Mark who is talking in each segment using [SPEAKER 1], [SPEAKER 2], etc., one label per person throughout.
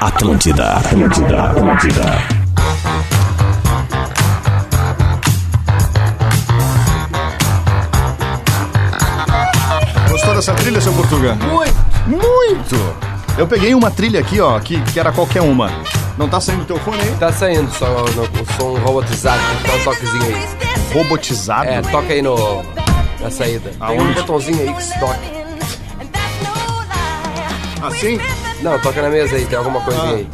[SPEAKER 1] Atlântida, Atlântida, Atlântida.
[SPEAKER 2] Gostou dessa trilha, seu Portuga?
[SPEAKER 3] Muito!
[SPEAKER 2] Muito! Eu peguei uma trilha aqui, ó, que, que era qualquer uma. Não tá saindo do teu fone aí?
[SPEAKER 3] Tá saindo só o, o som robotizado, tem que dar um toquezinho aí.
[SPEAKER 2] Robotizado?
[SPEAKER 3] É, toca aí no, na saída. Tem
[SPEAKER 2] Aonde?
[SPEAKER 3] um botãozinho aí que se toca.
[SPEAKER 2] Assim?
[SPEAKER 3] Não, toca na mesa aí, tem alguma coisinha aí.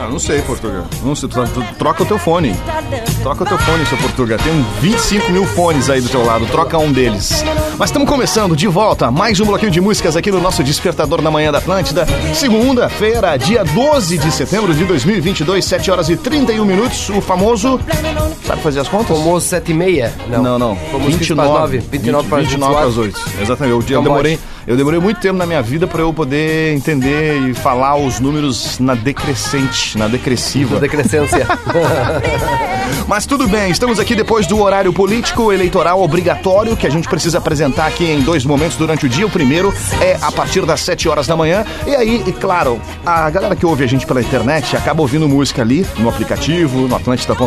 [SPEAKER 2] Ah, não sei, Portuga. Não sei, tu- tá- tu- troca o teu fone. Troca o teu fone, seu Portuga. Tem um 25 mil fones aí do teu lado. Troca um deles. Mas estamos começando, de volta, mais um bloquinho de músicas aqui no nosso Despertador na Manhã da Atlântida. Segunda-feira, dia 12 de setembro de 2022, 7 horas e 31 minutos. O famoso... Sabe fazer as contas?
[SPEAKER 3] Famoso 7 e meia?
[SPEAKER 2] Não, não.
[SPEAKER 3] Famoso 29, 29 para
[SPEAKER 2] 29 para as 8. Exatamente. Eu, eu
[SPEAKER 3] Então
[SPEAKER 2] demorei,
[SPEAKER 3] bote.
[SPEAKER 2] eu demorei muito tempo na minha vida para eu poder entender e falar os números na decrescente, na decressiva.
[SPEAKER 3] Decrescência.
[SPEAKER 2] Mas tudo bem, estamos aqui depois do horário político eleitoral obrigatório que a gente precisa apresentar aqui em dois momentos durante o dia. O primeiro é a partir das 7 horas da manhã. E aí, e claro, a galera que ouve a gente pela internet acaba ouvindo música ali no aplicativo, no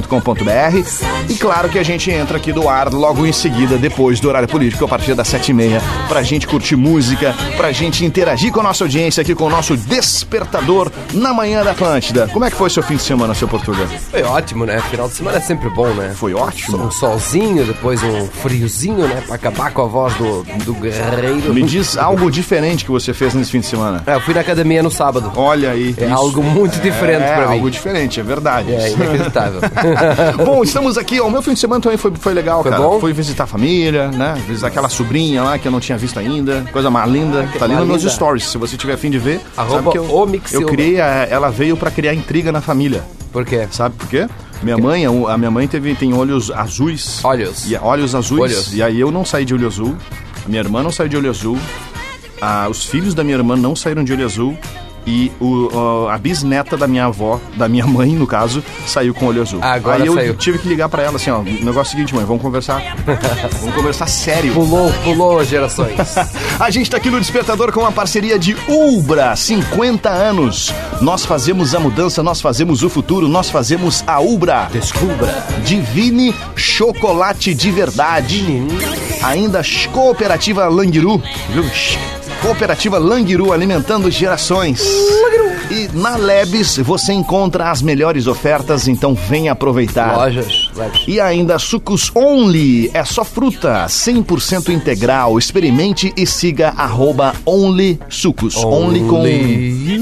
[SPEAKER 2] atlântida.com.br. E claro que a gente entra aqui do ar logo em seguida, depois do horário político, a partir das 7 e meia, pra gente curtir música, pra gente interagir com a nossa audiência aqui com o nosso despertador na manhã da Atlântida. Como é que foi seu fim de semana, seu Portugal?
[SPEAKER 3] Foi ótimo, né? Final de semana é sempre bom, né?
[SPEAKER 2] Foi ótimo.
[SPEAKER 3] Um solzinho, depois um friozinho, né? Pra acabar com a voz do, do guerreiro.
[SPEAKER 2] Me diz algo diferente que você fez nesse fim de semana.
[SPEAKER 3] É, eu fui na academia no sábado.
[SPEAKER 2] Olha aí.
[SPEAKER 3] É algo muito diferente
[SPEAKER 2] é,
[SPEAKER 3] pra mim.
[SPEAKER 2] algo diferente, é verdade.
[SPEAKER 3] É inacreditável.
[SPEAKER 2] bom, estamos aqui. ó, O meu fim de semana também foi, foi legal,
[SPEAKER 3] Foi
[SPEAKER 2] cara.
[SPEAKER 3] bom?
[SPEAKER 2] Fui visitar a família, né? Visitar aquela sobrinha lá que eu não tinha visto ainda. Coisa mais linda. tá ali nos
[SPEAKER 3] mais
[SPEAKER 2] meus
[SPEAKER 3] linda.
[SPEAKER 2] stories. Se você tiver fim de ver,
[SPEAKER 3] Arroba
[SPEAKER 2] sabe que eu,
[SPEAKER 3] o Mick
[SPEAKER 2] eu
[SPEAKER 3] Silva.
[SPEAKER 2] criei. a- ela veio pra criar intriga na família.
[SPEAKER 3] Por quê?
[SPEAKER 2] Sabe por quê? Minha mãe, é um, a minha mãe teve, tem olhos azuis.
[SPEAKER 3] Olhos.
[SPEAKER 2] E, olhos azuis.
[SPEAKER 3] Olhos.
[SPEAKER 2] E aí eu não saí de olho azul. a Minha irmã não saiu de olho azul. ah, os filhos da minha irmã não saíram de olho azul. E o, ó, a bisneta da minha avó, da minha mãe, no caso, saiu com olho azul.
[SPEAKER 3] Agora
[SPEAKER 2] aí eu
[SPEAKER 3] saiu.
[SPEAKER 2] tive que ligar pra ela assim, ó, negócio seguinte, mãe, vamos conversar. vamos conversar sério.
[SPEAKER 3] Pulou, pulou gerações.
[SPEAKER 2] A gente está aqui no Despertador com a parceria de Ubra, 50 anos. Nós fazemos a mudança, nós fazemos o futuro, nós fazemos a Ubra. Descubra. Divine Chocolate de Verdade. Ainda ch- Cooperativa Langiru. Viu? Ch- Cooperativa Langiru alimentando gerações. E na Lebes você encontra as melhores ofertas, então venha aproveitar.
[SPEAKER 3] Lojas. lojas.
[SPEAKER 2] E ainda sucos Only. É só fruta, 100% integral. Experimente e siga arroba Only Sucos. Only,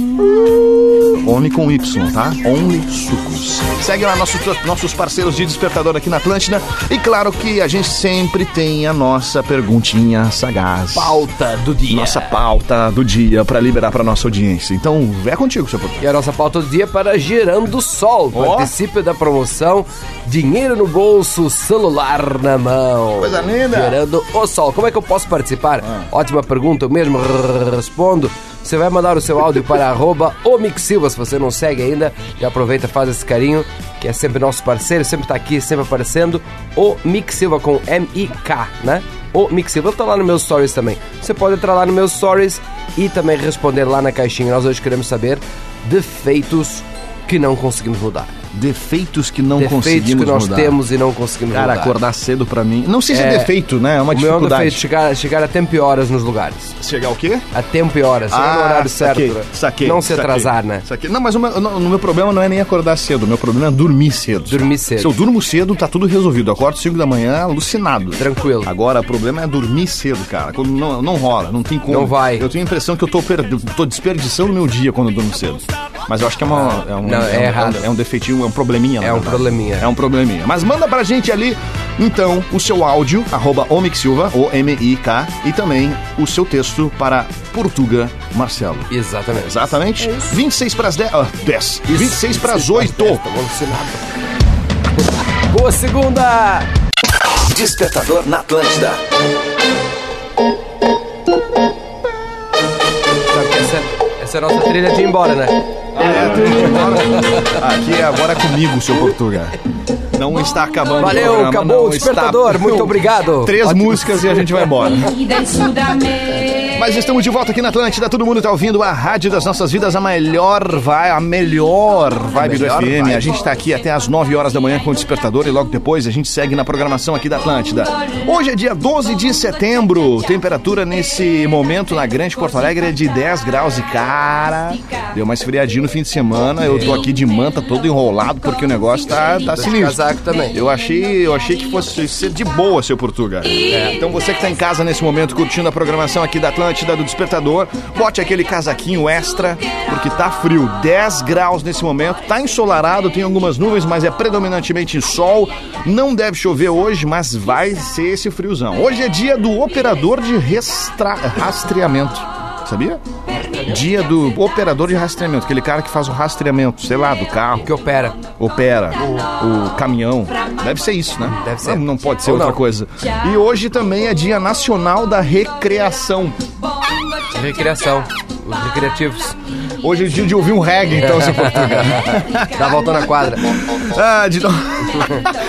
[SPEAKER 2] com... Only com Y, tá? Only Sucos. Segue lá nosso- nossos parceiros de despertador aqui na Atlântida. E claro que a gente sempre tem a nossa perguntinha sagaz.
[SPEAKER 3] Pauta do dia.
[SPEAKER 2] Nossa pauta do dia para liberar para nossa audiência. Então, é contigo, seu produtor.
[SPEAKER 3] E a nossa pauta do dia é para Girando Sol.
[SPEAKER 2] Ó.
[SPEAKER 3] Participe da promoção Dinheiro no Bolso, Celular na Mão.
[SPEAKER 2] Coisa linda. Ah.
[SPEAKER 3] Girando o Sol. Como é que eu posso participar? Ótima pergunta, eu mesmo r- respondo. Você vai mandar o seu áudio para arroba Omixilva, se você não segue ainda, já aproveita, faz esse carinho, que é sempre nosso parceiro, sempre tá aqui, sempre aparecendo. O Mix Silva com M-I-K, né? O Mix Silva, tá lá no meus stories também. Você pode entrar lá no meus stories e também responder lá na caixinha. Nós hoje queremos saber defeitos que não conseguimos mudar.
[SPEAKER 2] Defeitos que não
[SPEAKER 3] defeitos
[SPEAKER 2] conseguimos
[SPEAKER 3] que nós
[SPEAKER 2] mudar.
[SPEAKER 3] temos e não conseguimos
[SPEAKER 2] Cara,
[SPEAKER 3] mudar.
[SPEAKER 2] acordar cedo pra mim. Não sei se é,
[SPEAKER 3] É,
[SPEAKER 2] defeito, né? É uma
[SPEAKER 3] o meu é um
[SPEAKER 2] dificuldade.
[SPEAKER 3] defeito, chegar, chegar a tempo e horas nos lugares.
[SPEAKER 2] Chegar o quê? Ah,
[SPEAKER 3] A tempo e horas, chegar no horário certo.
[SPEAKER 2] saquei,
[SPEAKER 3] né?
[SPEAKER 2] saquei,
[SPEAKER 3] não se
[SPEAKER 2] saquei,
[SPEAKER 3] atrasar, né?
[SPEAKER 2] Saquei. Não, mas o meu, não, o meu problema não é nem acordar cedo. O meu problema é dormir cedo.
[SPEAKER 3] Dormir cedo.
[SPEAKER 2] Se eu durmo cedo, tá tudo resolvido. Eu acordo 5 da manhã, alucinado.
[SPEAKER 3] Tranquilo.
[SPEAKER 2] Agora, o problema é dormir cedo, cara. Quando não, não rola, não tem como.
[SPEAKER 3] Não vai.
[SPEAKER 2] Eu tenho a impressão que eu tô, per... tô desperdiçando meu dia quando eu durmo cedo. Mas eu acho que é, uma, é um,
[SPEAKER 3] Não, é
[SPEAKER 2] um-
[SPEAKER 3] errado.
[SPEAKER 2] É um defeitinho, é um probleminha. na
[SPEAKER 3] É um
[SPEAKER 2] verdade.
[SPEAKER 3] probleminha.
[SPEAKER 2] É um probleminha. Mas manda pra gente ali, então, o seu áudio, arroba omicsilva, O-M-I-K, e também o seu texto para Portuga Marcelo.
[SPEAKER 3] Exatamente.
[SPEAKER 2] Exatamente. 26 para as 10. Ah, 10.
[SPEAKER 3] Isso.
[SPEAKER 2] 26 para as 8.
[SPEAKER 3] Tá bom, sem nada. Boa segunda!
[SPEAKER 1] Despertador na Atlântida.
[SPEAKER 3] Sabe que essa, essa é a nossa trilha de ir embora, né?
[SPEAKER 2] É, aqui agora, aqui agora é comigo, seu Portuga. Não está acabando o
[SPEAKER 3] Valeu,
[SPEAKER 2] programa,
[SPEAKER 3] acabou
[SPEAKER 2] não
[SPEAKER 3] o despertador.
[SPEAKER 2] está-
[SPEAKER 3] Muito obrigado.
[SPEAKER 2] Três músicas e a gente vai embora.
[SPEAKER 4] Vida Sudamérica.
[SPEAKER 2] Mas estamos de volta aqui na Atlântida, todo mundo tá ouvindo a Rádio das Nossas Vidas, a melhor vai, a melhor vibe do
[SPEAKER 3] melhor
[SPEAKER 2] FM.
[SPEAKER 3] vibe.
[SPEAKER 2] A gente tá aqui até as 9 horas da manhã com o despertador e logo depois a gente segue na programação aqui da Atlântida. Hoje é dia 12 de setembro. Temperatura nesse momento na Grande Porto Alegre é de 10 graus e cara, deu mais esfriadinha no fim de semana. Eu tô aqui de manta todo enrolado porque o negócio tá tá sinistro.
[SPEAKER 3] Casaco também.
[SPEAKER 2] Eu achei, eu achei que fosse ser de boa, seu Portuga. Então você que tá em casa nesse momento curtindo a programação aqui da Atlântida do Despertador, bote aquele casaquinho extra, porque tá frio, 10 graus nesse momento, tá ensolarado, tem algumas nuvens, mas é predominantemente sol. Não deve chover hoje, mas vai ser esse friozão. Hoje é dia do operador de restra- rastreamento. Sabia? Dia do operador de rastreamento, aquele cara que faz o rastreamento, sei lá, do carro
[SPEAKER 3] Que opera.
[SPEAKER 2] opera o caminhão. Deve ser isso, né?
[SPEAKER 3] Deve ser.
[SPEAKER 2] Não, não pode ser
[SPEAKER 3] Ou
[SPEAKER 2] outra
[SPEAKER 3] não.
[SPEAKER 2] coisa. E hoje também é Dia Nacional da Recreação.
[SPEAKER 3] Recreação. Os recreativos.
[SPEAKER 2] Hoje é dia de ouvir um reggae, então, seu Portugal.
[SPEAKER 3] Dá a volta na quadra.
[SPEAKER 2] Ah, de...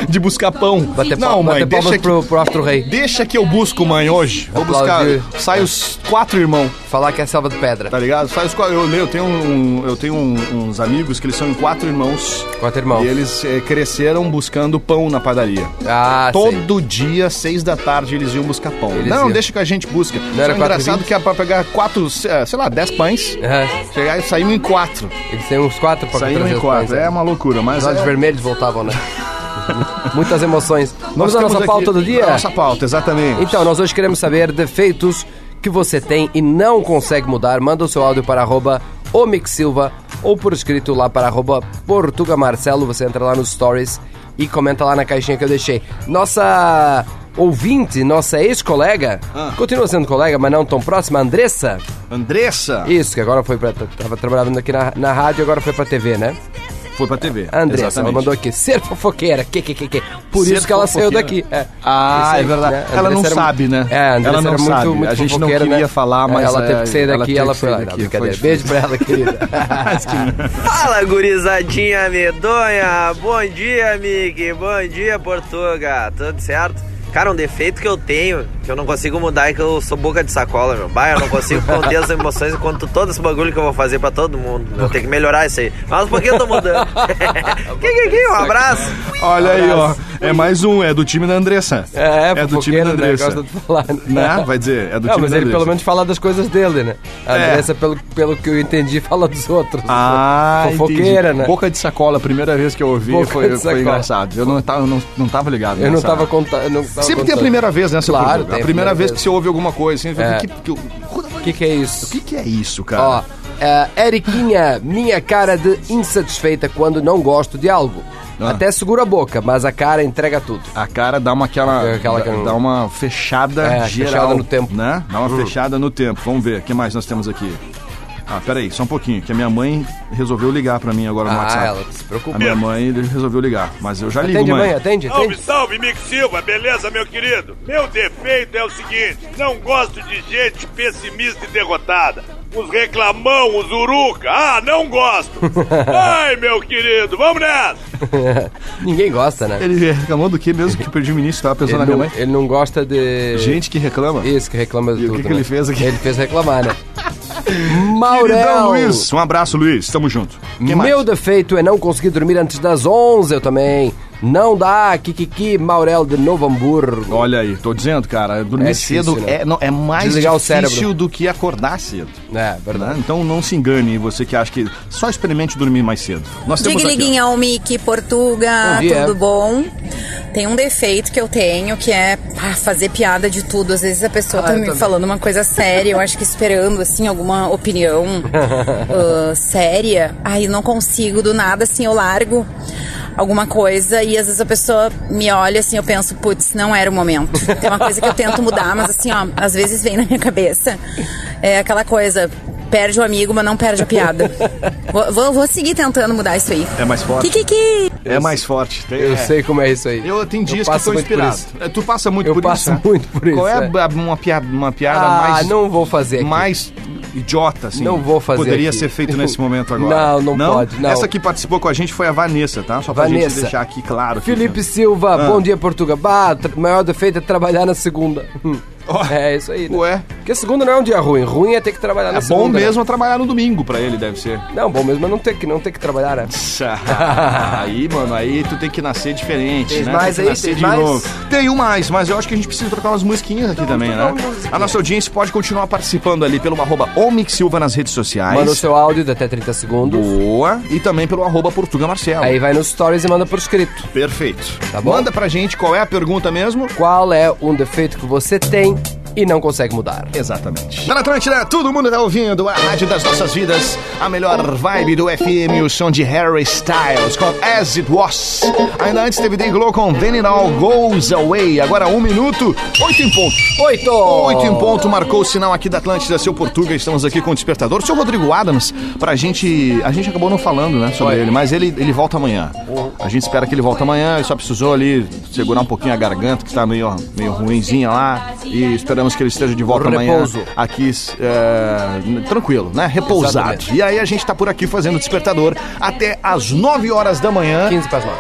[SPEAKER 2] de buscar pão.
[SPEAKER 3] Bater,
[SPEAKER 2] não,
[SPEAKER 3] pal-
[SPEAKER 2] mãe,
[SPEAKER 3] bater palmas
[SPEAKER 2] deixa que...
[SPEAKER 3] pro, pro Astro Rei.
[SPEAKER 2] deixa que eu busco, mãe, hoje. Vou buscar.
[SPEAKER 3] Aplaudir. É.
[SPEAKER 2] Sai os quatro irmãos,
[SPEAKER 3] Falar que é selva de pedra.
[SPEAKER 2] tá ligado? Sai os quatro. Eu, leio, eu tenho, um- eu tenho um- uns amigos que eles são em quatro irmãos.
[SPEAKER 3] Quatro irmãos.
[SPEAKER 2] E eles eh, cresceram buscando pão na padaria.
[SPEAKER 3] Ah, sim.
[SPEAKER 2] Todo dia, seis da tarde, eles iam buscar pão.
[SPEAKER 3] Eles
[SPEAKER 2] não,
[SPEAKER 3] iam.
[SPEAKER 2] deixa que a gente busca. Não era
[SPEAKER 3] era
[SPEAKER 2] engraçado
[SPEAKER 3] 4,20?
[SPEAKER 2] que é pra pegar quatro, eh, sei lá, dez pães.
[SPEAKER 3] Aham.
[SPEAKER 2] Chegar e saímos em quatro.
[SPEAKER 3] Eles têm uns quatro É. pra
[SPEAKER 2] Saímos
[SPEAKER 3] trazer
[SPEAKER 2] em
[SPEAKER 3] os
[SPEAKER 2] quatro.
[SPEAKER 3] pães,
[SPEAKER 2] É
[SPEAKER 3] né?
[SPEAKER 2] uma loucura, mas.
[SPEAKER 3] Os olhos
[SPEAKER 2] é-
[SPEAKER 3] vermelhos voltavam, né? Muitas emoções.
[SPEAKER 2] nós
[SPEAKER 3] Vamos à
[SPEAKER 2] temos
[SPEAKER 3] nossa
[SPEAKER 2] aqui-
[SPEAKER 3] pauta do dia?
[SPEAKER 2] Nossa pauta, exatamente.
[SPEAKER 3] Então, nós hoje queremos saber defeitos que você tem e não consegue mudar. Manda o seu áudio para arroba Omix Silva ou por escrito lá para arroba Portuga Marcelo. Você entra lá nos stories e comenta lá na caixinha que eu deixei. Nossa ouvinte, nossa ex-colega,
[SPEAKER 2] Ah.
[SPEAKER 3] continua sendo colega, mas não tão próxima, Andressa.
[SPEAKER 2] Andressa
[SPEAKER 3] Isso, que agora foi pra. Tava trabalhando aqui na, na rádio, agora foi pra TV, né?
[SPEAKER 2] foi pra TV.
[SPEAKER 3] Andressa, ela
[SPEAKER 2] Exatamente.
[SPEAKER 3] mandou aqui, ser fofoqueira, que, que, que, que. Por
[SPEAKER 2] Ser
[SPEAKER 3] isso que ela saiu
[SPEAKER 2] fofoqueira.
[SPEAKER 3] daqui. É.
[SPEAKER 2] Ah,
[SPEAKER 3] Isso aí,
[SPEAKER 2] é verdade.
[SPEAKER 3] né?
[SPEAKER 2] Ela não
[SPEAKER 3] Andressa era
[SPEAKER 2] sabe, né?
[SPEAKER 3] muito- É, a Andressa
[SPEAKER 2] ela não
[SPEAKER 3] era muito,
[SPEAKER 2] sabe.
[SPEAKER 3] muito
[SPEAKER 2] a gente não
[SPEAKER 3] fofoqueira,
[SPEAKER 2] queria
[SPEAKER 3] né?
[SPEAKER 2] falar, mas
[SPEAKER 3] Ela teve
[SPEAKER 2] eh,
[SPEAKER 3] que sair daqui,
[SPEAKER 2] teve
[SPEAKER 3] ela,
[SPEAKER 2] que
[SPEAKER 3] foi.
[SPEAKER 2] sair
[SPEAKER 3] lá. Não,
[SPEAKER 2] daqui,
[SPEAKER 3] brincadeira.
[SPEAKER 2] foi
[SPEAKER 3] Beijo pra ela, querida.
[SPEAKER 5] Fala, gurizadinha medonha! Bom dia, Mig! Bom dia, Portuga! Tudo certo? Cara, um defeito que eu tenho, que eu não consigo mudar, é que eu sou boca de sacola, meu. Bah, eu não consigo conter as emoções enquanto todo esse bagulho que eu vou fazer pra todo mundo. Eu tenho que melhorar isso aí. Mas um pouquinho eu tô mudando. que, que, que, um abraço!
[SPEAKER 2] Olha aí, ó. É mais um, é do time da Andressa.
[SPEAKER 3] É,
[SPEAKER 2] é do time da
[SPEAKER 3] fofoqueira, né?
[SPEAKER 2] Andressa.
[SPEAKER 3] Gosta de falar.
[SPEAKER 2] Né? Vai dizer, é do
[SPEAKER 3] Não,
[SPEAKER 2] time
[SPEAKER 3] mas
[SPEAKER 2] da
[SPEAKER 3] ele pelo
[SPEAKER 2] Andressa.
[SPEAKER 3] menos fala das coisas dele, né? A
[SPEAKER 2] É.
[SPEAKER 3] Andressa, pelo, pelo que eu entendi, fala dos outros.
[SPEAKER 2] Ah,
[SPEAKER 3] Fofoqueira,
[SPEAKER 2] entendi.
[SPEAKER 3] né?
[SPEAKER 2] Boca de sacola, a primeira vez que eu ouvi
[SPEAKER 3] Boca
[SPEAKER 2] foi,
[SPEAKER 3] de
[SPEAKER 2] foi
[SPEAKER 3] sacola.
[SPEAKER 2] engraçado. Eu não tava, não, não tava ligado.
[SPEAKER 3] Eu não
[SPEAKER 2] nessa-
[SPEAKER 3] tava contando.
[SPEAKER 2] Sempre tem a primeira vez, né, seu
[SPEAKER 3] Claro,
[SPEAKER 2] Portugal?
[SPEAKER 3] tem
[SPEAKER 2] A primeira vez que você ouve alguma coisa. Assim,
[SPEAKER 3] É.
[SPEAKER 2] que, que, o
[SPEAKER 3] O que, que é isso?
[SPEAKER 2] que, que é isso,
[SPEAKER 3] Ó,
[SPEAKER 2] cara?
[SPEAKER 3] é, Eriquinha, minha cara de insatisfeita quando não gosto de algo.
[SPEAKER 2] Ah.
[SPEAKER 3] Até segura a boca, mas a cara entrega tudo.
[SPEAKER 2] A cara dá uma aquela.
[SPEAKER 3] É aquela que
[SPEAKER 2] dá,
[SPEAKER 3] eu-
[SPEAKER 2] dá uma fechada
[SPEAKER 3] É,
[SPEAKER 2] geral.
[SPEAKER 3] fechada no tempo. Hum.
[SPEAKER 2] Né? Dá uma fechada no tempo. Vamos ver, o que mais nós temos aqui? Ah, peraí, só um pouquinho, que a minha mãe resolveu ligar pra mim agora no
[SPEAKER 3] Ah,
[SPEAKER 2] WhatsApp.
[SPEAKER 3] ela se preocupa.
[SPEAKER 2] A minha mãe resolveu ligar, mas eu já ligo,
[SPEAKER 3] Atende,
[SPEAKER 2] mãe.
[SPEAKER 3] mãe, atende,
[SPEAKER 6] Salve,
[SPEAKER 3] atende.
[SPEAKER 6] salve, Mick Silva, beleza, meu querido? Meu defeito é o seguinte: não gosto de gente pessimista e derrotada. Os reclamão, os uruca. Ah, não gosto. Ai, meu querido, vamos nessa.
[SPEAKER 3] Ninguém gosta, né?
[SPEAKER 2] Ele reclamou do que mesmo que eu perdi o início, tava pensando
[SPEAKER 3] Ele
[SPEAKER 2] na minha
[SPEAKER 3] não,
[SPEAKER 2] mãe.
[SPEAKER 3] ele não gosta de.
[SPEAKER 2] Gente que reclama.
[SPEAKER 3] Isso, que reclama de
[SPEAKER 2] E o
[SPEAKER 3] tudo.
[SPEAKER 2] que que
[SPEAKER 3] né?
[SPEAKER 2] ele fez aqui?
[SPEAKER 3] Ele fez reclamar, né?
[SPEAKER 2] Queridão
[SPEAKER 3] Maurel!
[SPEAKER 2] Luiz. Um abraço, Luiz. Tamo junto. Quem mais?
[SPEAKER 3] Meu defeito é não conseguir dormir antes das 11, eu também. Não dá, Kikiki, Maurel de Novo Hamburgo.
[SPEAKER 2] Olha aí, tô dizendo, cara, dormir
[SPEAKER 3] É difícil,
[SPEAKER 2] cedo
[SPEAKER 3] né?
[SPEAKER 2] é, não, é mais
[SPEAKER 3] Desligar o
[SPEAKER 2] difícil
[SPEAKER 3] cérebro.
[SPEAKER 2] do que acordar cedo.
[SPEAKER 3] É,
[SPEAKER 2] né?
[SPEAKER 3] verdade.
[SPEAKER 2] Então não se engane, você que acha que só experimente dormir mais cedo. Nós temos
[SPEAKER 7] Diga,
[SPEAKER 2] aqui, ó.
[SPEAKER 7] liguinha, o Mickey, Portuga,
[SPEAKER 3] Bom dia.
[SPEAKER 7] tudo bom? Tem um defeito que eu tenho, que é pá, fazer piada de tudo. Às vezes a pessoa tá me falando uma coisa séria, eu acho que esperando, assim, alguma opinião ah, séria. Aí eu não consigo, do nada, assim, eu largo alguma coisa e às vezes a pessoa me olha assim, eu penso, putz, não era o momento. Tem uma coisa que eu tento mudar, mas assim, ó, às vezes vem na minha cabeça. É aquela coisa, perde o amigo, mas não perde a piada. Vou, vou- vou seguir tentando mudar isso aí.
[SPEAKER 2] É mais forte.
[SPEAKER 7] Kikiki!
[SPEAKER 2] É mais forte. Tem-
[SPEAKER 3] Eu
[SPEAKER 2] é.
[SPEAKER 3] sei como é isso aí.
[SPEAKER 2] Eu tenho dias que
[SPEAKER 3] passo
[SPEAKER 2] sou
[SPEAKER 3] muito por
[SPEAKER 2] inspirado.
[SPEAKER 3] isso.
[SPEAKER 2] É, Tu passa muito
[SPEAKER 3] Eu
[SPEAKER 2] por
[SPEAKER 3] passo
[SPEAKER 2] isso. né?
[SPEAKER 3] muito por
[SPEAKER 2] Qual
[SPEAKER 3] isso, é.
[SPEAKER 2] é, a- uma piada, uma piada
[SPEAKER 3] Ah,
[SPEAKER 2] mais
[SPEAKER 3] não vou fazer aqui.
[SPEAKER 2] mais idiota, assim.
[SPEAKER 3] Não vou fazer
[SPEAKER 2] Poderia
[SPEAKER 3] aqui.
[SPEAKER 2] ser feito nesse momento agora.
[SPEAKER 3] Não, não pode, não.
[SPEAKER 2] Essa que participou com a gente foi a Vanessa, tá? Só pra gente
[SPEAKER 3] Vanessa.
[SPEAKER 2] deixar aqui claro. que-
[SPEAKER 3] Felipe Silva,
[SPEAKER 2] Ah.
[SPEAKER 3] bom dia, Portuga. Bah, tra- maior defeito é trabalhar na segunda.
[SPEAKER 2] Ó.
[SPEAKER 3] É isso aí. Né?
[SPEAKER 2] Ué.
[SPEAKER 3] Porque segunda não é um dia ruim. Ruim é ter que trabalhar na
[SPEAKER 2] É
[SPEAKER 3] segunda.
[SPEAKER 2] bom
[SPEAKER 3] né?
[SPEAKER 2] mesmo trabalhar no domingo pra ele, deve ser.
[SPEAKER 3] Não, bom mesmo é não ter que, não ter que trabalhar, né?
[SPEAKER 2] aí, mano, aí tu tem que nascer diferente,
[SPEAKER 3] Tem
[SPEAKER 2] né?
[SPEAKER 3] mais
[SPEAKER 2] tem que
[SPEAKER 3] aí?
[SPEAKER 2] nascer
[SPEAKER 3] Tem
[SPEAKER 2] de
[SPEAKER 3] mais?
[SPEAKER 2] novo. Tem um mais, mas eu acho que a gente precisa trocar umas musiquinhas aqui também, né?
[SPEAKER 3] trocar uma musiquinha.
[SPEAKER 2] A nossa audiência pode continuar participando ali pelo arroba Omic Silva nas redes sociais.
[SPEAKER 3] Manda o seu áudio de até 30 segundos.
[SPEAKER 2] Boa. E também pelo arroba Portuga Marcelo.
[SPEAKER 3] Aí vai nos stories e manda por escrito.
[SPEAKER 2] Perfeito.
[SPEAKER 3] Tá bom?
[SPEAKER 2] Manda pra gente qual é a pergunta mesmo.
[SPEAKER 3] Qual é um defeito que você tem e não consegue mudar?
[SPEAKER 2] Exatamente. Na Atlântida, todo mundo tá ouvindo a rádio das nossas vidas, a melhor vibe do FM, o som de Harry Styles com As It Was. Ainda antes teve Day Glow com Then It All Goes Away. Agora um minuto, oito em ponto.
[SPEAKER 3] Oito!
[SPEAKER 2] Oito em ponto, marcou o sinal aqui da Atlântida, seu Portuga, estamos aqui com o Despertador. Seu Rodrigo Adams, pra gente, a gente acabou não falando, né, sobre ele, mas ele, ele volta amanhã. A gente espera que ele volte amanhã, ele só precisou ali segurar um pouquinho a garganta, que tá meio, meio ruinzinha lá, e esperamos que ele esteja de volta
[SPEAKER 3] Repouso.
[SPEAKER 2] amanhã aqui, é, tranquilo, né, repousado.
[SPEAKER 3] Exatamente.
[SPEAKER 2] E aí a gente tá por aqui fazendo o Despertador até às 9 horas da manhã.
[SPEAKER 3] 15 para as 9.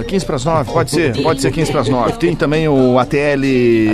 [SPEAKER 2] É, 15 para as 9, pode ser, pode ser 15 para as 9. Tem também o ATL,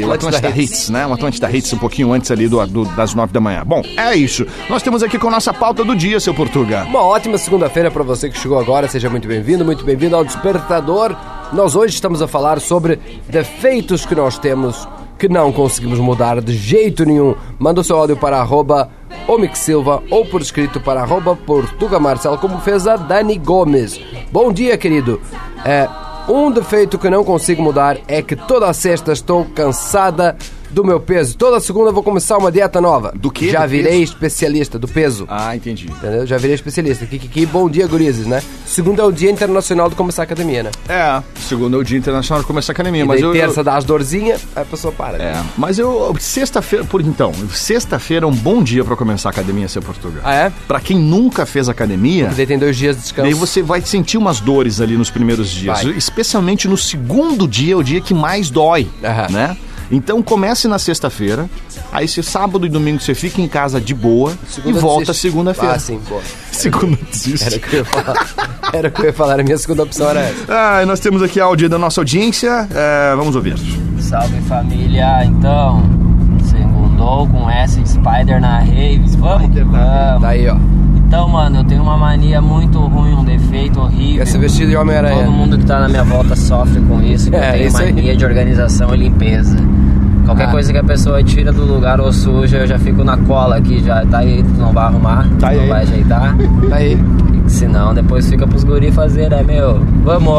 [SPEAKER 2] o
[SPEAKER 3] Atlântida
[SPEAKER 2] Atlântida
[SPEAKER 3] Hits.
[SPEAKER 2] Hits, né? O Atlântida Hits um pouquinho antes ali do, do- das 9 da manhã. Bom, é isso. Nós temos aqui com a nossa pauta do dia, seu Portuga.
[SPEAKER 3] Uma ótima segunda-feira para você que chegou agora. Seja muito bem-vindo, muito bem-vindo ao Despertador. Nós hoje estamos a falar sobre defeitos que nós temos que não conseguimos mudar de jeito nenhum. Manda o seu áudio para arroba Omic Silva ou por escrito para arroba Portuga Marcelo, como fez a Dani Gomes. Bom dia, querido. É, um defeito que não consigo mudar é que toda sexta estou cansada do meu peso. Toda segunda vou começar uma dieta nova.
[SPEAKER 2] Do quê?
[SPEAKER 3] Já
[SPEAKER 2] Do
[SPEAKER 3] virei
[SPEAKER 2] peso?
[SPEAKER 3] especialista do peso.
[SPEAKER 2] Ah, entendi.
[SPEAKER 3] Entendeu? Já virei especialista. Kikiki, bom dia, gurizes, né? Segundo é o Dia Internacional de Começar a Academia, né?
[SPEAKER 2] É, segundo é o Dia Internacional de Começar a Academia,
[SPEAKER 3] E
[SPEAKER 2] É, mas
[SPEAKER 3] daí
[SPEAKER 2] eu.
[SPEAKER 3] terça
[SPEAKER 2] eu-
[SPEAKER 3] dá as dorzinhas, aí a pessoa para. né?
[SPEAKER 2] É, mas eu. Sexta-feira, por então, sexta-feira é um bom dia para começar a academia, seu Portuga.
[SPEAKER 3] Ah, é?
[SPEAKER 2] Pra quem nunca fez academia.
[SPEAKER 3] E daí tem dois dias de
[SPEAKER 2] E
[SPEAKER 3] descanso.
[SPEAKER 2] aí você vai sentir umas dores ali nos primeiros dias.
[SPEAKER 3] Vai.
[SPEAKER 2] Especialmente no segundo dia, é o dia que mais dói,
[SPEAKER 3] Aham.
[SPEAKER 2] né? Então comece na sexta-feira, aí se sábado e domingo você fica em casa de boa
[SPEAKER 3] Segunda
[SPEAKER 2] e volta
[SPEAKER 3] desiste.
[SPEAKER 2] segunda-feira.
[SPEAKER 3] Ah, sim, boa.
[SPEAKER 2] Segunda
[SPEAKER 3] Era o
[SPEAKER 2] desiste.
[SPEAKER 3] que eu ia falar. Era o que eu ia falar. A minha segunda opção era essa.
[SPEAKER 2] Ah, e nós temos aqui a áudio da nossa audiência. É, vamos ouvir.
[SPEAKER 8] Salve família, então, segundou com S de Spider na Raves, vamos que vamos.
[SPEAKER 3] Daí, Tá ó.
[SPEAKER 8] Então, mano, eu tenho uma mania muito ruim, um defeito horrível.
[SPEAKER 3] Quer ser vestido de
[SPEAKER 8] Todo
[SPEAKER 3] Homem-Aranha.
[SPEAKER 8] mundo que tá na minha volta sofre com isso, que
[SPEAKER 3] É,
[SPEAKER 8] eu tenho
[SPEAKER 3] isso aí.
[SPEAKER 8] mania de organização e limpeza. Qualquer
[SPEAKER 3] Ah.
[SPEAKER 8] coisa que a pessoa tira do lugar ou suja, eu já fico na cola aqui, já tá aí, tu não vai arrumar,
[SPEAKER 2] Tá
[SPEAKER 8] tu
[SPEAKER 2] aí.
[SPEAKER 8] não vai ajeitar.
[SPEAKER 3] Daí.
[SPEAKER 8] Senão depois fica pros guri fazer, né, meu? Vamos!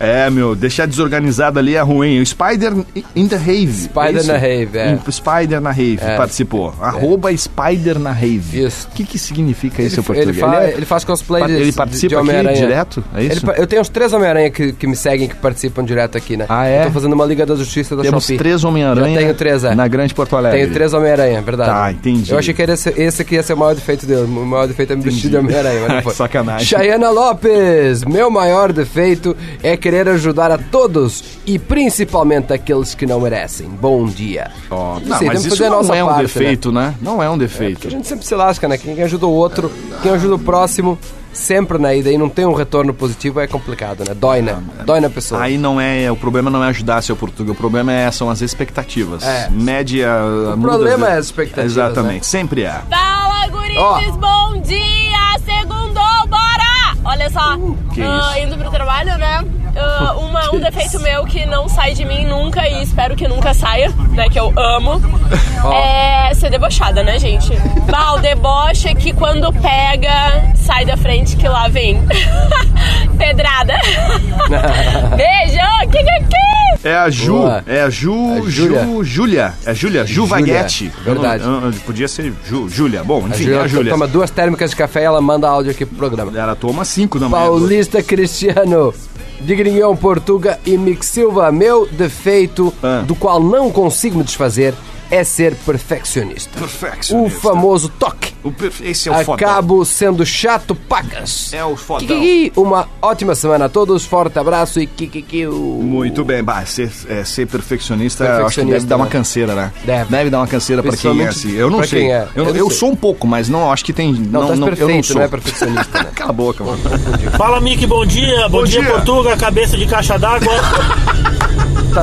[SPEAKER 2] É, meu, deixar desorganizado ali é ruim. O Spider in the Rave. é
[SPEAKER 3] Spider
[SPEAKER 2] isso?
[SPEAKER 3] na Rave, é.
[SPEAKER 2] In- Spider na Rave
[SPEAKER 3] É.
[SPEAKER 2] participou. Arroba Spider na Rave.
[SPEAKER 3] Isso.
[SPEAKER 2] O que, que significa isso, em
[SPEAKER 3] ele,
[SPEAKER 2] português?
[SPEAKER 3] fa-
[SPEAKER 2] Ele é-
[SPEAKER 3] ele faz cosplay
[SPEAKER 2] Ele
[SPEAKER 3] de, de-
[SPEAKER 2] participa
[SPEAKER 3] de
[SPEAKER 2] aqui
[SPEAKER 3] Homem-Aranha.
[SPEAKER 2] direto? É isso?
[SPEAKER 3] Ele pa- eu tenho uns três Homem-Aranha que, que me seguem, que participam direto aqui, né?
[SPEAKER 2] Ah, é?
[SPEAKER 3] Eu tô fazendo uma Liga da Justiça da
[SPEAKER 2] Temos
[SPEAKER 3] Shopee.
[SPEAKER 2] três Homem-Aranha
[SPEAKER 3] Já tenho três, é.
[SPEAKER 2] na Grande Porto Alegre.
[SPEAKER 3] Tenho três Homem-Aranha, verdade.
[SPEAKER 2] Tá, entendi.
[SPEAKER 3] Eu achei que era esse, esse aqui ia ser o maior defeito dele. O maior defeito é me vestir de Homem-Aranha, mas não foi.
[SPEAKER 2] Sacanagem.
[SPEAKER 3] Chayana Lopes, meu maior defeito é querer ajudar a todos e principalmente aqueles que não merecem. Bom dia.
[SPEAKER 2] Ó,
[SPEAKER 3] Assim,
[SPEAKER 2] não,
[SPEAKER 3] temos
[SPEAKER 2] mas
[SPEAKER 3] que
[SPEAKER 2] isso
[SPEAKER 3] fazer a
[SPEAKER 2] não
[SPEAKER 3] nossa
[SPEAKER 2] é um
[SPEAKER 3] parte,
[SPEAKER 2] defeito, né? Não é um
[SPEAKER 3] Porque
[SPEAKER 2] defeito.
[SPEAKER 3] a gente sempre se lasca, né? Quem ajuda o outro, quem ajuda o próximo, sempre, né? E daí não tem um retorno positivo, é complicado, né? Dói, né? Dói na pessoa.
[SPEAKER 2] Aí não é. O problema não é ajudar seu português, o problema é, são as expectativas.
[SPEAKER 3] É.
[SPEAKER 2] Mede a. O
[SPEAKER 3] problema é as expectativas,
[SPEAKER 2] Exatamente, sempre é.
[SPEAKER 9] Fala, gurizes!
[SPEAKER 3] Ó.
[SPEAKER 9] Bom dia! Segundou, bora! Olha só,
[SPEAKER 2] que
[SPEAKER 9] ah,
[SPEAKER 2] isso.
[SPEAKER 9] indo pro trabalho, né? Ah, uma, um defeito meu que não sai de mim nunca e espero que nunca saia, né? Que eu amo. É ser debochada, né, gente? Bah, o deboche é que quando pega, sai da frente que lá vem. Pedrada. Beijo! Que, que, que.
[SPEAKER 2] É a Ju,
[SPEAKER 3] Boa.
[SPEAKER 2] é a Ju,
[SPEAKER 3] É Júlia.
[SPEAKER 2] Ju, Júlia. É Júlia, Ju Vaguete. Eu não-
[SPEAKER 3] verdade.
[SPEAKER 2] eu- eu- podia ser Ju, Júlia. Bom,
[SPEAKER 3] a
[SPEAKER 2] enfim, é
[SPEAKER 3] Juliana
[SPEAKER 2] a Júlia.
[SPEAKER 3] toma duas térmicas de café e ela manda áudio aqui pro programa.
[SPEAKER 2] Ela toma cinco na manhã.
[SPEAKER 3] Paulista Cristiano. Digrinhão Portuga e Mix Silva, meu defeito,
[SPEAKER 2] Ah.
[SPEAKER 3] do qual não consigo me desfazer, é ser perfeccionista.
[SPEAKER 2] Perfectionista.
[SPEAKER 3] O famoso toque
[SPEAKER 2] O perfe- Esse é o fodão.
[SPEAKER 3] Acabo sendo chato, pacas.
[SPEAKER 2] É o fodão.
[SPEAKER 3] Kikiki, uma ótima semana a todos, forte abraço e kikikiu.
[SPEAKER 2] Muito bem, bah, ser, é, ser perfeccionista, eu acho que deve
[SPEAKER 3] Perfeccionista,
[SPEAKER 2] dar uma
[SPEAKER 3] né?
[SPEAKER 2] canseira, né?
[SPEAKER 3] Deve.
[SPEAKER 2] dar uma canseira pra quem é
[SPEAKER 3] Principalmente
[SPEAKER 2] assim. Eu não
[SPEAKER 3] pra
[SPEAKER 2] sei.
[SPEAKER 3] quem é.
[SPEAKER 2] Eu,
[SPEAKER 3] Eu
[SPEAKER 2] eu,
[SPEAKER 3] não sei.
[SPEAKER 2] sou um pouco, mas não acho que tem. Não,
[SPEAKER 3] Não, tá
[SPEAKER 2] não, eu não
[SPEAKER 3] perfeito,
[SPEAKER 2] sou.
[SPEAKER 3] não é perfeccionista, né?
[SPEAKER 2] Cala a boca, mano.
[SPEAKER 10] Fala, Mick, bom dia. Bom,
[SPEAKER 2] Bom
[SPEAKER 10] dia,
[SPEAKER 2] dia.
[SPEAKER 10] Portuga, cabeça de caixa d'água.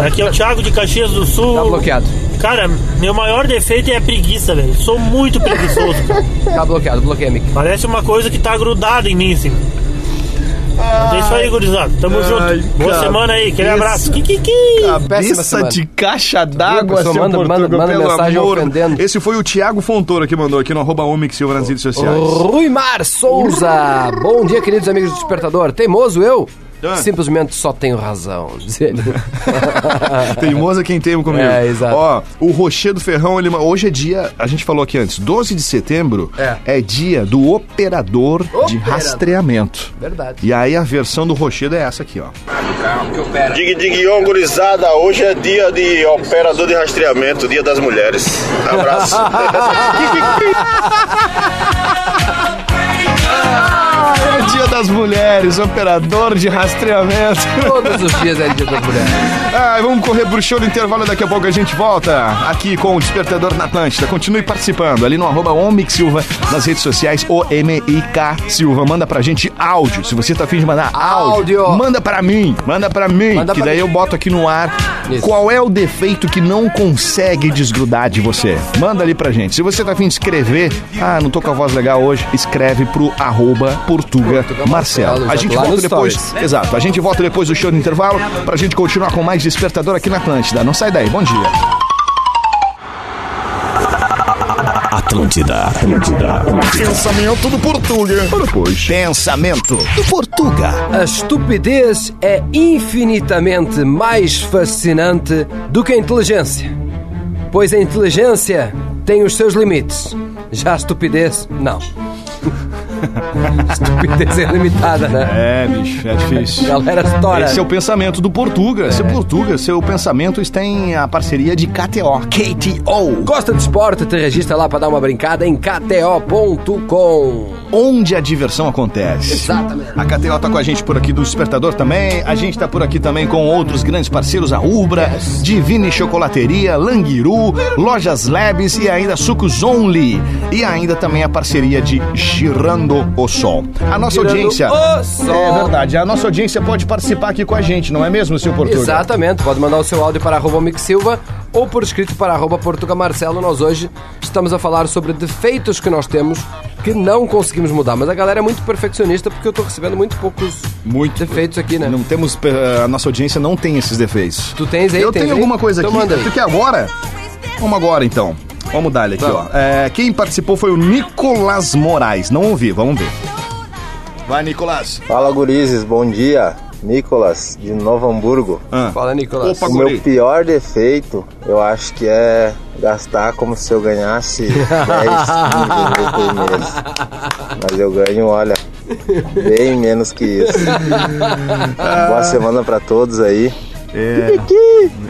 [SPEAKER 10] Aqui é o Thiago de Caxias do Sul.
[SPEAKER 3] Tá bloqueado.
[SPEAKER 10] Cara, meu maior defeito é a preguiça, velho. Sou muito preguiçoso. cara.
[SPEAKER 3] Tá bloqueado, bloqueia, Mick.
[SPEAKER 10] Parece uma coisa que tá grudada em mim, assim. Mas é isso aí, gurizada. Tamo junto. Boa
[SPEAKER 2] cara,
[SPEAKER 10] semana aí. Aquele abraço. Kikiki.
[SPEAKER 3] Péssima
[SPEAKER 2] Cabeça
[SPEAKER 3] semana.
[SPEAKER 2] de caixa
[SPEAKER 3] Viu,
[SPEAKER 2] d'água,
[SPEAKER 3] pessoal?
[SPEAKER 2] seu
[SPEAKER 3] Manda-
[SPEAKER 2] Portuga,
[SPEAKER 3] manda- manda
[SPEAKER 2] pelo
[SPEAKER 3] mensagem
[SPEAKER 2] amor.
[SPEAKER 3] ofendendo. Oh.
[SPEAKER 2] Esse foi o Thiago Fontoura que mandou aqui no arroba Omic Silva nas redes sociais.
[SPEAKER 3] Ruimar Souza. Bom dia, queridos amigos do Despertador. Teimoso eu?
[SPEAKER 2] Ah.
[SPEAKER 3] Simplesmente só tenho razão. Diz ele.
[SPEAKER 2] Teimoso é quem teima comigo.
[SPEAKER 3] É, exato.
[SPEAKER 2] Ó, o Rochedo Ferrão, ele, ma- hoje é dia, a gente falou aqui antes, 12 de setembro
[SPEAKER 3] É.
[SPEAKER 2] é, dia do operador, de rastreamento.
[SPEAKER 3] Verdade.
[SPEAKER 2] E aí a versão do Rochedo é essa aqui, ó.
[SPEAKER 6] Dig dig on, gurizada. Hoje é dia de operador de rastreamento, dia das mulheres. Abraço.
[SPEAKER 2] É o dia das mulheres, operador de rastreamento.
[SPEAKER 3] Todos os dias é dia das mulheres.
[SPEAKER 2] Ai, vamos correr pro show do intervalo, daqui a pouco a gente volta aqui com o Despertador na Atlântida. Continue participando ali no arroba Omic Silva nas redes sociais, O-M-I-K Silva. Manda pra gente áudio, se você tá afim de mandar áudio,
[SPEAKER 3] Áudio.
[SPEAKER 2] manda pra mim, manda pra mim,
[SPEAKER 3] Manda
[SPEAKER 2] que
[SPEAKER 3] pra
[SPEAKER 2] daí eu
[SPEAKER 3] mim.
[SPEAKER 2] boto aqui no ar.
[SPEAKER 3] Isso.
[SPEAKER 2] Qual é o defeito que não consegue desgrudar de você? Manda ali pra gente. Se você tá afim de escrever, ah, não tô com a voz legal hoje, escreve pro arroba Portuga Marcelo.
[SPEAKER 3] Marcelo,
[SPEAKER 2] A
[SPEAKER 3] já
[SPEAKER 2] gente
[SPEAKER 3] lá
[SPEAKER 2] volta
[SPEAKER 3] nos
[SPEAKER 2] depois
[SPEAKER 3] stories.
[SPEAKER 2] Exato, a gente volta depois do show do intervalo pra gente continuar com mais despertador aqui na Atlântida. Não sai daí, bom dia.
[SPEAKER 1] Atlântida, Atlântida, Atlântida.
[SPEAKER 2] Pensamento do Portuga. Depois. Pensamento do Portuga.
[SPEAKER 3] A estupidez é infinitamente mais fascinante do que a inteligência. Pois a inteligência tem os seus limites. Já a estupidez, não. estupidez é limitada, né?
[SPEAKER 2] É, bicho, é difícil.
[SPEAKER 3] Galera, estoura.
[SPEAKER 2] Esse é o pensamento do Portuga. Seu Portuga, seu pensamento tem a parceria de KTO. KTO.
[SPEAKER 3] Gosta de esporte? Te registra lá para dar uma brincada em kto.com.
[SPEAKER 2] Onde a diversão acontece.
[SPEAKER 3] Exatamente.
[SPEAKER 2] A KTO tá com a gente por aqui do Despertador também. A gente tá por aqui também com outros grandes parceiros, a Ubra, Divine Chocolateria, Languiru, Lojas Labs e ainda Sucos Only. E ainda também a parceria de Girando o Sol. A nossa
[SPEAKER 3] Girando
[SPEAKER 2] audiência.
[SPEAKER 3] o Sol.
[SPEAKER 2] É verdade. A nossa audiência pode participar aqui com a gente, não é mesmo, seu Portugal?
[SPEAKER 3] Exatamente, pode mandar o seu áudio para arroba Mick Silva ou por escrito para arroba Portuga Marcelo. Nós hoje estamos a falar sobre defeitos que nós temos que não conseguimos mudar. Mas a galera é muito perfeccionista porque eu estou recebendo muito poucos
[SPEAKER 2] Muito.
[SPEAKER 3] defeitos aqui, né?
[SPEAKER 2] Não temos. eh, A nossa audiência não tem esses defeitos.
[SPEAKER 3] Tu tens aí?
[SPEAKER 2] Eu
[SPEAKER 3] tens
[SPEAKER 2] tenho
[SPEAKER 3] aí?
[SPEAKER 2] alguma coisa
[SPEAKER 3] Então
[SPEAKER 2] aqui.
[SPEAKER 3] manda aí.
[SPEAKER 2] Tu quer é agora? Vamos agora então. Vamos dar ele aqui,
[SPEAKER 3] Vamos.
[SPEAKER 2] ó. É, quem participou foi o Nicolas Moraes. Não ouvi, vamos ver. Vai, Nicolas.
[SPEAKER 11] Fala gurizes, bom dia. Nicolas, de Novo Hamburgo.
[SPEAKER 2] Ah.
[SPEAKER 3] Fala, Nicolas.
[SPEAKER 2] Opa,
[SPEAKER 11] O meu
[SPEAKER 2] guri.
[SPEAKER 11] pior defeito, eu acho que é gastar como se eu ganhasse 10, 15 mil por mês. Mas eu ganho, olha, bem menos que isso. Boa semana pra todos aí.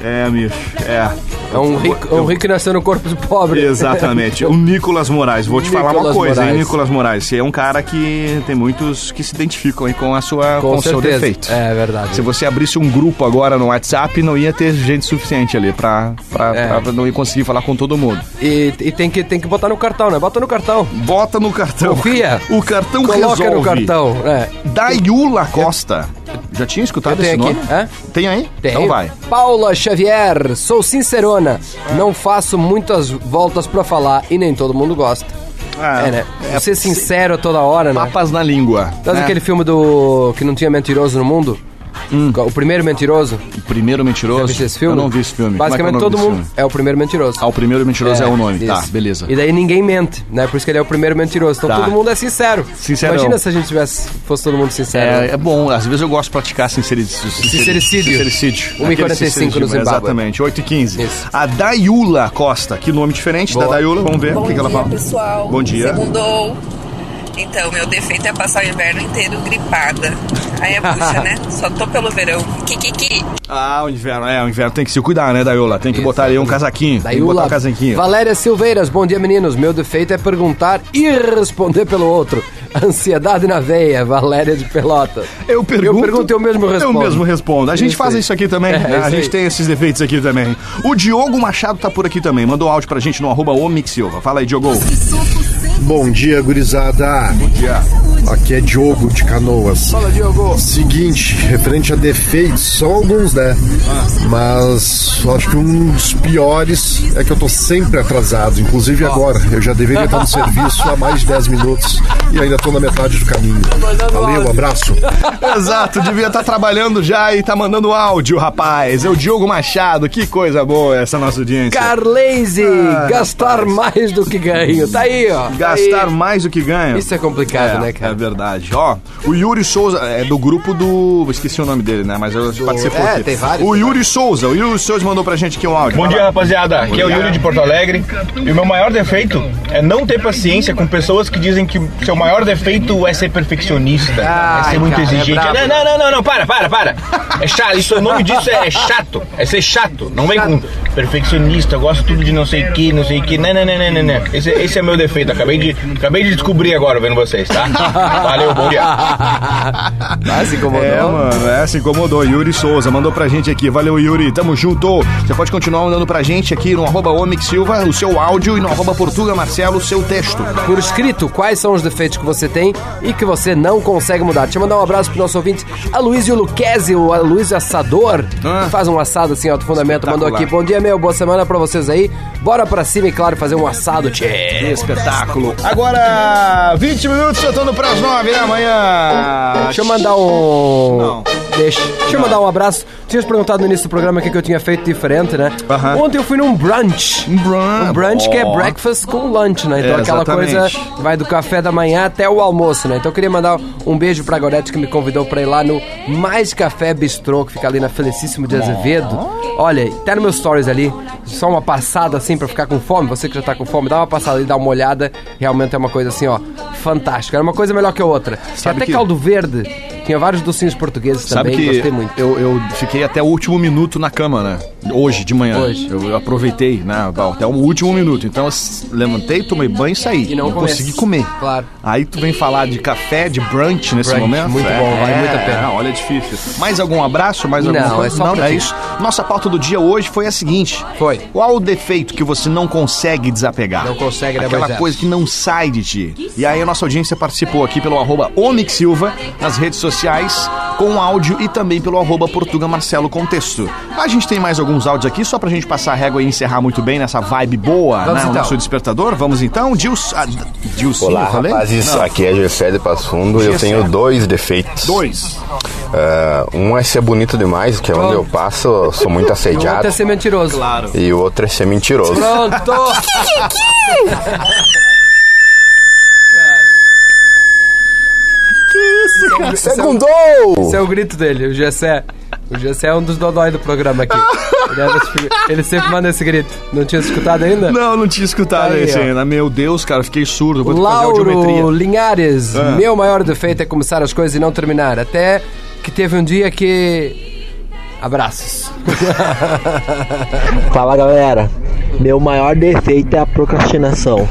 [SPEAKER 2] É, bicho. É,
[SPEAKER 3] É um rico, é um rico que nasceu no corpo de pobre.
[SPEAKER 2] exatamente. O Nicolas Moraes. Vou te falar uma
[SPEAKER 3] Nicolas
[SPEAKER 2] coisa, hein,
[SPEAKER 3] Moraes.
[SPEAKER 2] Nicolas Moraes. Você é um cara que tem muitos que se identificam aí com a sua com,
[SPEAKER 3] Com,
[SPEAKER 2] o seu
[SPEAKER 3] certeza.
[SPEAKER 2] defeito.
[SPEAKER 3] É verdade.
[SPEAKER 2] Se você abrisse um grupo agora no WhatsApp, não ia ter gente suficiente ali pra, pra,
[SPEAKER 3] É.
[SPEAKER 2] pra não ia conseguir falar com todo mundo.
[SPEAKER 3] E, e tem, que, tem que botar no cartão, né? Bota no cartão.
[SPEAKER 2] Bota no cartão.
[SPEAKER 3] Confia.
[SPEAKER 2] O cartão
[SPEAKER 3] Coloca
[SPEAKER 2] resolve.
[SPEAKER 3] no cartão. É.
[SPEAKER 2] Daiula Costa. Já tinha
[SPEAKER 3] Eu
[SPEAKER 2] escutado esse
[SPEAKER 3] tenho
[SPEAKER 2] nome?
[SPEAKER 3] aqui. Hã?
[SPEAKER 2] Tem aí?
[SPEAKER 3] Tem.
[SPEAKER 2] Então vai.
[SPEAKER 3] Paula Xavier, sou sincerona. Não faço muitas voltas pra falar e nem todo mundo gosta.
[SPEAKER 2] Ah,
[SPEAKER 3] é, né?
[SPEAKER 2] é-
[SPEAKER 3] Ser sincero toda hora, né?
[SPEAKER 2] Papas na língua.
[SPEAKER 3] Sabe
[SPEAKER 2] né?
[SPEAKER 3] aquele filme do que não tinha mentiroso no mundo? O primeiro mentiroso?
[SPEAKER 2] O primeiro mentiroso.
[SPEAKER 3] Já viste esse filme?
[SPEAKER 2] Eu Hum. não vi esse filme.
[SPEAKER 3] Basicamente
[SPEAKER 2] Como é que é o
[SPEAKER 3] todo
[SPEAKER 2] nome desse
[SPEAKER 3] mundo
[SPEAKER 2] filme?
[SPEAKER 3] é o primeiro mentiroso.
[SPEAKER 2] Ah, o primeiro mentiroso é, o nome.
[SPEAKER 3] isso.
[SPEAKER 2] Tá, beleza.
[SPEAKER 3] E daí ninguém mente, né? Por isso que ele é o primeiro mentiroso. Então
[SPEAKER 2] Tá.
[SPEAKER 3] todo mundo é sincero.
[SPEAKER 2] Sincerão.
[SPEAKER 3] Imagina se a gente tivesse, fosse todo mundo sincero. né?
[SPEAKER 2] É, é bom, às vezes eu gosto de praticar sinceri- sincericídio. Sincericídio.
[SPEAKER 3] 1,45
[SPEAKER 2] Aquele
[SPEAKER 3] no
[SPEAKER 2] sincericídio,
[SPEAKER 3] Zimbábue.
[SPEAKER 2] Exatamente, 8 e 15.
[SPEAKER 3] Isso.
[SPEAKER 2] A Daiula Costa, que nome diferente da
[SPEAKER 3] Boa.
[SPEAKER 2] Daiula, vamos ver o que, que ela fala.
[SPEAKER 12] pessoal.
[SPEAKER 2] Bom dia.
[SPEAKER 12] Segundou. Então, meu defeito é passar o inverno inteiro gripada. Hayabusa, né? Só tô pelo verão. Kikiki.
[SPEAKER 2] Ah, o inverno, é, o inverno tem que se cuidar, né, Daiola? Tem que botar ali um casaquinho. Tem que botar um
[SPEAKER 3] Iula.
[SPEAKER 2] casaquinho.
[SPEAKER 3] Valéria Silveiras, bom dia meninos. Meu defeito é perguntar e responder pelo outro. Ansiedade na veia, Valéria de Pelota.
[SPEAKER 2] Eu pergunto,
[SPEAKER 3] eu pergunto e eu mesmo respondo.
[SPEAKER 2] Eu mesmo respondo. A gente
[SPEAKER 3] Isso
[SPEAKER 2] faz
[SPEAKER 3] aí.
[SPEAKER 2] isso aqui também.
[SPEAKER 3] É,
[SPEAKER 2] né?
[SPEAKER 3] isso
[SPEAKER 2] A gente
[SPEAKER 3] aí.
[SPEAKER 2] tem esses defeitos aqui também. O Diogo Machado tá por aqui também. Mandou áudio pra gente no arroba Omix Silva. Fala aí, Diogo.
[SPEAKER 13] Bom dia, gurizada. Bom
[SPEAKER 2] dia.
[SPEAKER 13] Aqui é Diogo de Canoas.
[SPEAKER 2] Fala, Diogo.
[SPEAKER 13] Seguinte, referente a defeitos, são alguns, né?
[SPEAKER 2] Ah.
[SPEAKER 13] Mas eu acho que um dos piores é que eu tô sempre atrasado, inclusive agora. Eu já deveria estar no serviço há mais de 10 minutos e ainda tô na metade do caminho. Valeu, abraço.
[SPEAKER 2] Exato, devia estar trabalhando já e tá mandando áudio, rapaz. É o Diogo Machado. Que coisa boa essa nossa audiência.
[SPEAKER 3] Carleise, gastar mais do que ganho. Tá aí, ó.
[SPEAKER 2] Ah, Gastar mais do que ganho.
[SPEAKER 3] Isso é complicado,
[SPEAKER 2] É,
[SPEAKER 3] né, cara?
[SPEAKER 2] É verdade. Ó, o Yuri Souza é do grupo do. Esqueci o nome dele, né? Mas eu participou
[SPEAKER 14] É,
[SPEAKER 2] aqui.
[SPEAKER 14] tem vários,
[SPEAKER 2] O Yuri Souza. O Yuri Souza mandou pra gente aqui um áudio.
[SPEAKER 14] Bom
[SPEAKER 2] Vai
[SPEAKER 14] dia,
[SPEAKER 2] lá.
[SPEAKER 14] rapaziada. Aqui é o Yuri de Porto Alegre. E o meu maior defeito é não ter paciência com pessoas que dizem que o seu maior defeito é ser perfeccionista, é
[SPEAKER 15] Ai,
[SPEAKER 14] ser muito
[SPEAKER 15] cara, é
[SPEAKER 14] exigente.
[SPEAKER 15] brabo.
[SPEAKER 14] não, não, não, não, não, para, para, para. É chato, isso, o nome disso é chato, é ser chato. Não vem com perfeccionista, eu gosto tudo de não sei o que, não sei o que. Né, Não, não, não, não, não, não. Esse, esse é meu defeito. Acabei de, acabei de descobrir agora vendo vocês, tá? Valeu, bom dia.
[SPEAKER 3] Ah, se incomodou.
[SPEAKER 2] É, mano, é, se incomodou. Yuri Souza mandou pra gente aqui. Valeu, Yuri. Tamo junto. Você pode continuar mandando pra gente aqui no arroba Omix Silva o seu áudio e no arroba Portuga Marcelo o seu texto.
[SPEAKER 3] Por escrito, quais são os defeitos que você tem e que você não consegue mudar. Deixa eu mandar um abraço pro nosso ouvinte, Aloysio Luquezzi, o Aloysio Assador, que faz um assado assim, ó, do fundamento, mandou aqui. Bom dia, meu, boa semana pra vocês aí. Bora pra cima e, claro, fazer um assado, tchê.
[SPEAKER 2] espetáculo. Agora, 20 minutos, chutando pras 9 da manhã.
[SPEAKER 3] Deixa eu mandar um. Deixa, deixa eu mandar um abraço. Tinhas perguntado no início do programa o que, que eu tinha feito diferente, né? Ontem eu fui num brunch. Um
[SPEAKER 2] brunch.
[SPEAKER 3] que é
[SPEAKER 2] Ó.
[SPEAKER 3] breakfast com lunch, né? Então
[SPEAKER 2] É,
[SPEAKER 3] aquela
[SPEAKER 2] exatamente.
[SPEAKER 3] coisa que vai do café da manhã até o almoço, né? Então eu queria mandar um beijo pra Gorete que me convidou pra ir lá no Mais Café Bistrô, que fica ali na Felicíssimo de Azevedo. Olha, tá no meus stories ali. Só uma passada assim pra ficar com fome. Você que já tá com fome, dá uma passada ali, dá uma olhada. Realmente é uma coisa assim, ó, fantástica. Era uma coisa melhor que a outra. Tinha
[SPEAKER 2] Sabe
[SPEAKER 3] até
[SPEAKER 2] que-
[SPEAKER 3] caldo verde. Tinha vários docinhos portugueses
[SPEAKER 2] Sabe
[SPEAKER 3] também,
[SPEAKER 2] que
[SPEAKER 3] gostei muito.
[SPEAKER 2] Eu, eu fiquei até o último minuto na cama, né? Hoje, de manhã. Eu, eu aproveitei, né? Até o último minuto. Então eu s- levantei, tomei banho e saí.
[SPEAKER 3] E não comesse.
[SPEAKER 2] consegui comer.
[SPEAKER 3] Claro.
[SPEAKER 2] Aí tu vem falar de café, de brunch nesse
[SPEAKER 3] Brunch,
[SPEAKER 2] momento.
[SPEAKER 3] muito bom, vale muito a pena.
[SPEAKER 2] é, olha, é difícil. Mais algum abraço? Mais
[SPEAKER 3] Não,
[SPEAKER 2] alguma coisa?
[SPEAKER 3] é só
[SPEAKER 2] Não,
[SPEAKER 3] pra
[SPEAKER 2] é
[SPEAKER 3] ti.
[SPEAKER 2] isso. Nossa pauta do dia hoje foi a seguinte. Foi. Qual o defeito que você não consegue desapegar?
[SPEAKER 3] Não consegue, né,
[SPEAKER 2] Aquela
[SPEAKER 3] Moisés?
[SPEAKER 2] coisa que não sai de ti. E aí a nossa audiência participou aqui pelo arroba Omix Silva nas redes sociais, com áudio e também pelo arroba Portuga Marcelo com texto. A gente tem mais alguns áudios aqui, só pra gente passar a régua e encerrar muito bem nessa vibe boa,
[SPEAKER 16] Vamos
[SPEAKER 2] né? O
[SPEAKER 16] então.
[SPEAKER 2] nosso despertador. Vamos então, Dilson. Ah, Dilson,
[SPEAKER 16] Olá,
[SPEAKER 2] falei?
[SPEAKER 16] rapazes.
[SPEAKER 2] Não.
[SPEAKER 16] Aqui é Gessé de Passo Fundo e eu
[SPEAKER 2] Gessé.
[SPEAKER 16] tenho dois defeitos.
[SPEAKER 2] Dois.
[SPEAKER 16] Ah, um é ser bonito demais, que é onde eu passo, eu sou muito
[SPEAKER 3] Não
[SPEAKER 16] assediado.
[SPEAKER 3] um até ser mentiroso. Claro.
[SPEAKER 16] E o outro é ser mentiroso.
[SPEAKER 3] Pronto!
[SPEAKER 16] cara?
[SPEAKER 3] Esse é o-
[SPEAKER 16] Segundou!
[SPEAKER 3] Esse é o grito dele, o Gessé. O Gessé é um dos dodói do programa aqui. Ele, é desse figu- ele sempre manda esse grito. Não tinha escutado ainda?
[SPEAKER 2] Não, não tinha
[SPEAKER 17] Tá
[SPEAKER 2] escutado
[SPEAKER 3] Aí,
[SPEAKER 2] esse
[SPEAKER 3] ó.
[SPEAKER 2] ainda. Meu Deus, cara, fiquei surdo. Vou ter que fazer audiometria.
[SPEAKER 3] Lauro Linhares,
[SPEAKER 2] Ah.
[SPEAKER 3] meu maior defeito é começar as coisas e não terminar. Até que teve um dia que. Abraços.
[SPEAKER 17] Fala galera, meu maior defeito é a procrastinação.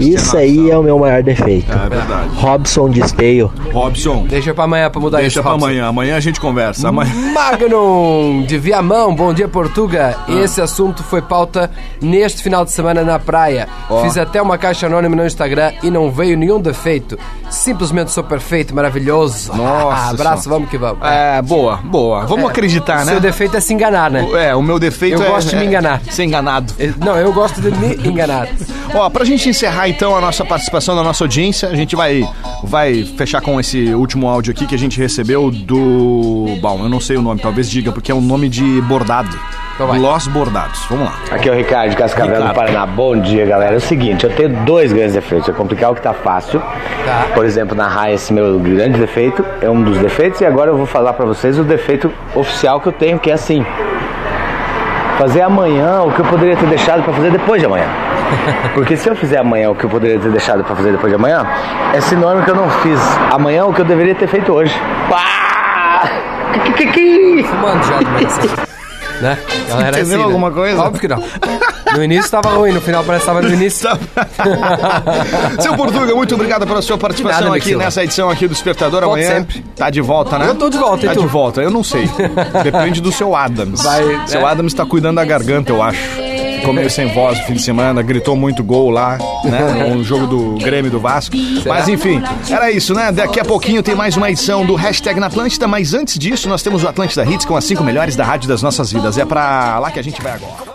[SPEAKER 17] Isso aí é o meu maior defeito.
[SPEAKER 2] É verdade.
[SPEAKER 17] Robson de Esteio.
[SPEAKER 2] Robson.
[SPEAKER 3] Deixa pra amanhã pra mudar
[SPEAKER 2] Deixa
[SPEAKER 3] isso,
[SPEAKER 2] pra
[SPEAKER 3] Robson.
[SPEAKER 2] amanhã. Amanhã a gente conversa. Amanhã.
[SPEAKER 3] Magnum de Viamão, bom dia Portuga.
[SPEAKER 2] Ah.
[SPEAKER 3] Esse assunto foi pauta neste final de semana na praia.
[SPEAKER 2] Ó.
[SPEAKER 3] Fiz até uma caixa anônima no Instagram e não veio nenhum defeito. Simplesmente sou perfeito, maravilhoso. Ah,
[SPEAKER 2] Nossa
[SPEAKER 3] abraço,
[SPEAKER 2] Senhora.
[SPEAKER 3] vamos que vamos.
[SPEAKER 2] É, boa, boa. Vamos
[SPEAKER 3] É,
[SPEAKER 2] acreditar, né?
[SPEAKER 3] Seu defeito é se enganar, né?
[SPEAKER 2] É, o meu defeito
[SPEAKER 3] Eu
[SPEAKER 2] é.
[SPEAKER 3] gosto de me enganar.
[SPEAKER 2] Ser enganado.
[SPEAKER 3] Não, eu gosto de me enganar.
[SPEAKER 2] Ó, pra gente encerrar então a nossa participação da nossa audiência, a gente vai, vai fechar com esse último áudio aqui que a gente recebeu do. Bom, eu não sei o nome, talvez diga, porque é um nome de bordado.
[SPEAKER 3] Então
[SPEAKER 2] Los Bordados. Vamos lá.
[SPEAKER 18] Aqui é o Ricardo de Cascavel
[SPEAKER 2] Ricardo.
[SPEAKER 18] do Paraná. Bom dia, galera. É o seguinte, eu tenho dois grandes defeitos. É complicar o que tá fácil. Por exemplo, narrar esse meu grande defeito é um dos defeitos. E agora eu vou falar pra vocês o defeito oficial que eu tenho, que é assim. Fazer amanhã o que eu poderia ter deixado pra fazer depois de amanhã. Porque se eu fizer amanhã o que eu poderia ter deixado pra fazer depois de amanhã, é sinônimo que eu não fiz amanhã o que eu deveria ter feito hoje. Pá!
[SPEAKER 3] Fumando já demais. Né? Ela era
[SPEAKER 2] Entendeu
[SPEAKER 3] assim, né?
[SPEAKER 2] alguma coisa?
[SPEAKER 3] Óbvio que não. No início tava ruim, no final parece que tava no início.
[SPEAKER 2] Seu Portuga, muito obrigado pela sua participação
[SPEAKER 3] Nada,
[SPEAKER 2] aqui
[SPEAKER 3] Mixila.
[SPEAKER 2] nessa edição aqui do Despertador.
[SPEAKER 3] Volte
[SPEAKER 2] Amanhã
[SPEAKER 3] sempre.
[SPEAKER 2] tá de volta, né?
[SPEAKER 3] Eu tô de volta, e
[SPEAKER 2] Tá
[SPEAKER 3] tu?
[SPEAKER 2] de volta, eu não sei. Depende do seu Adams.
[SPEAKER 3] Vai,
[SPEAKER 2] seu
[SPEAKER 3] é.
[SPEAKER 2] Adams tá cuidando da garganta, eu acho. Ficou meio sem voz no fim de semana, gritou muito gol lá, né? Um jogo do Grêmio e do Vasco.
[SPEAKER 1] Será?
[SPEAKER 2] Mas enfim, era isso, né? Daqui a pouquinho tem mais uma edição do Hashtag na Atlântida, mas antes disso nós temos o Atlântida Hits com as cinco melhores da rádio das nossas vidas. É pra lá que a gente vai agora.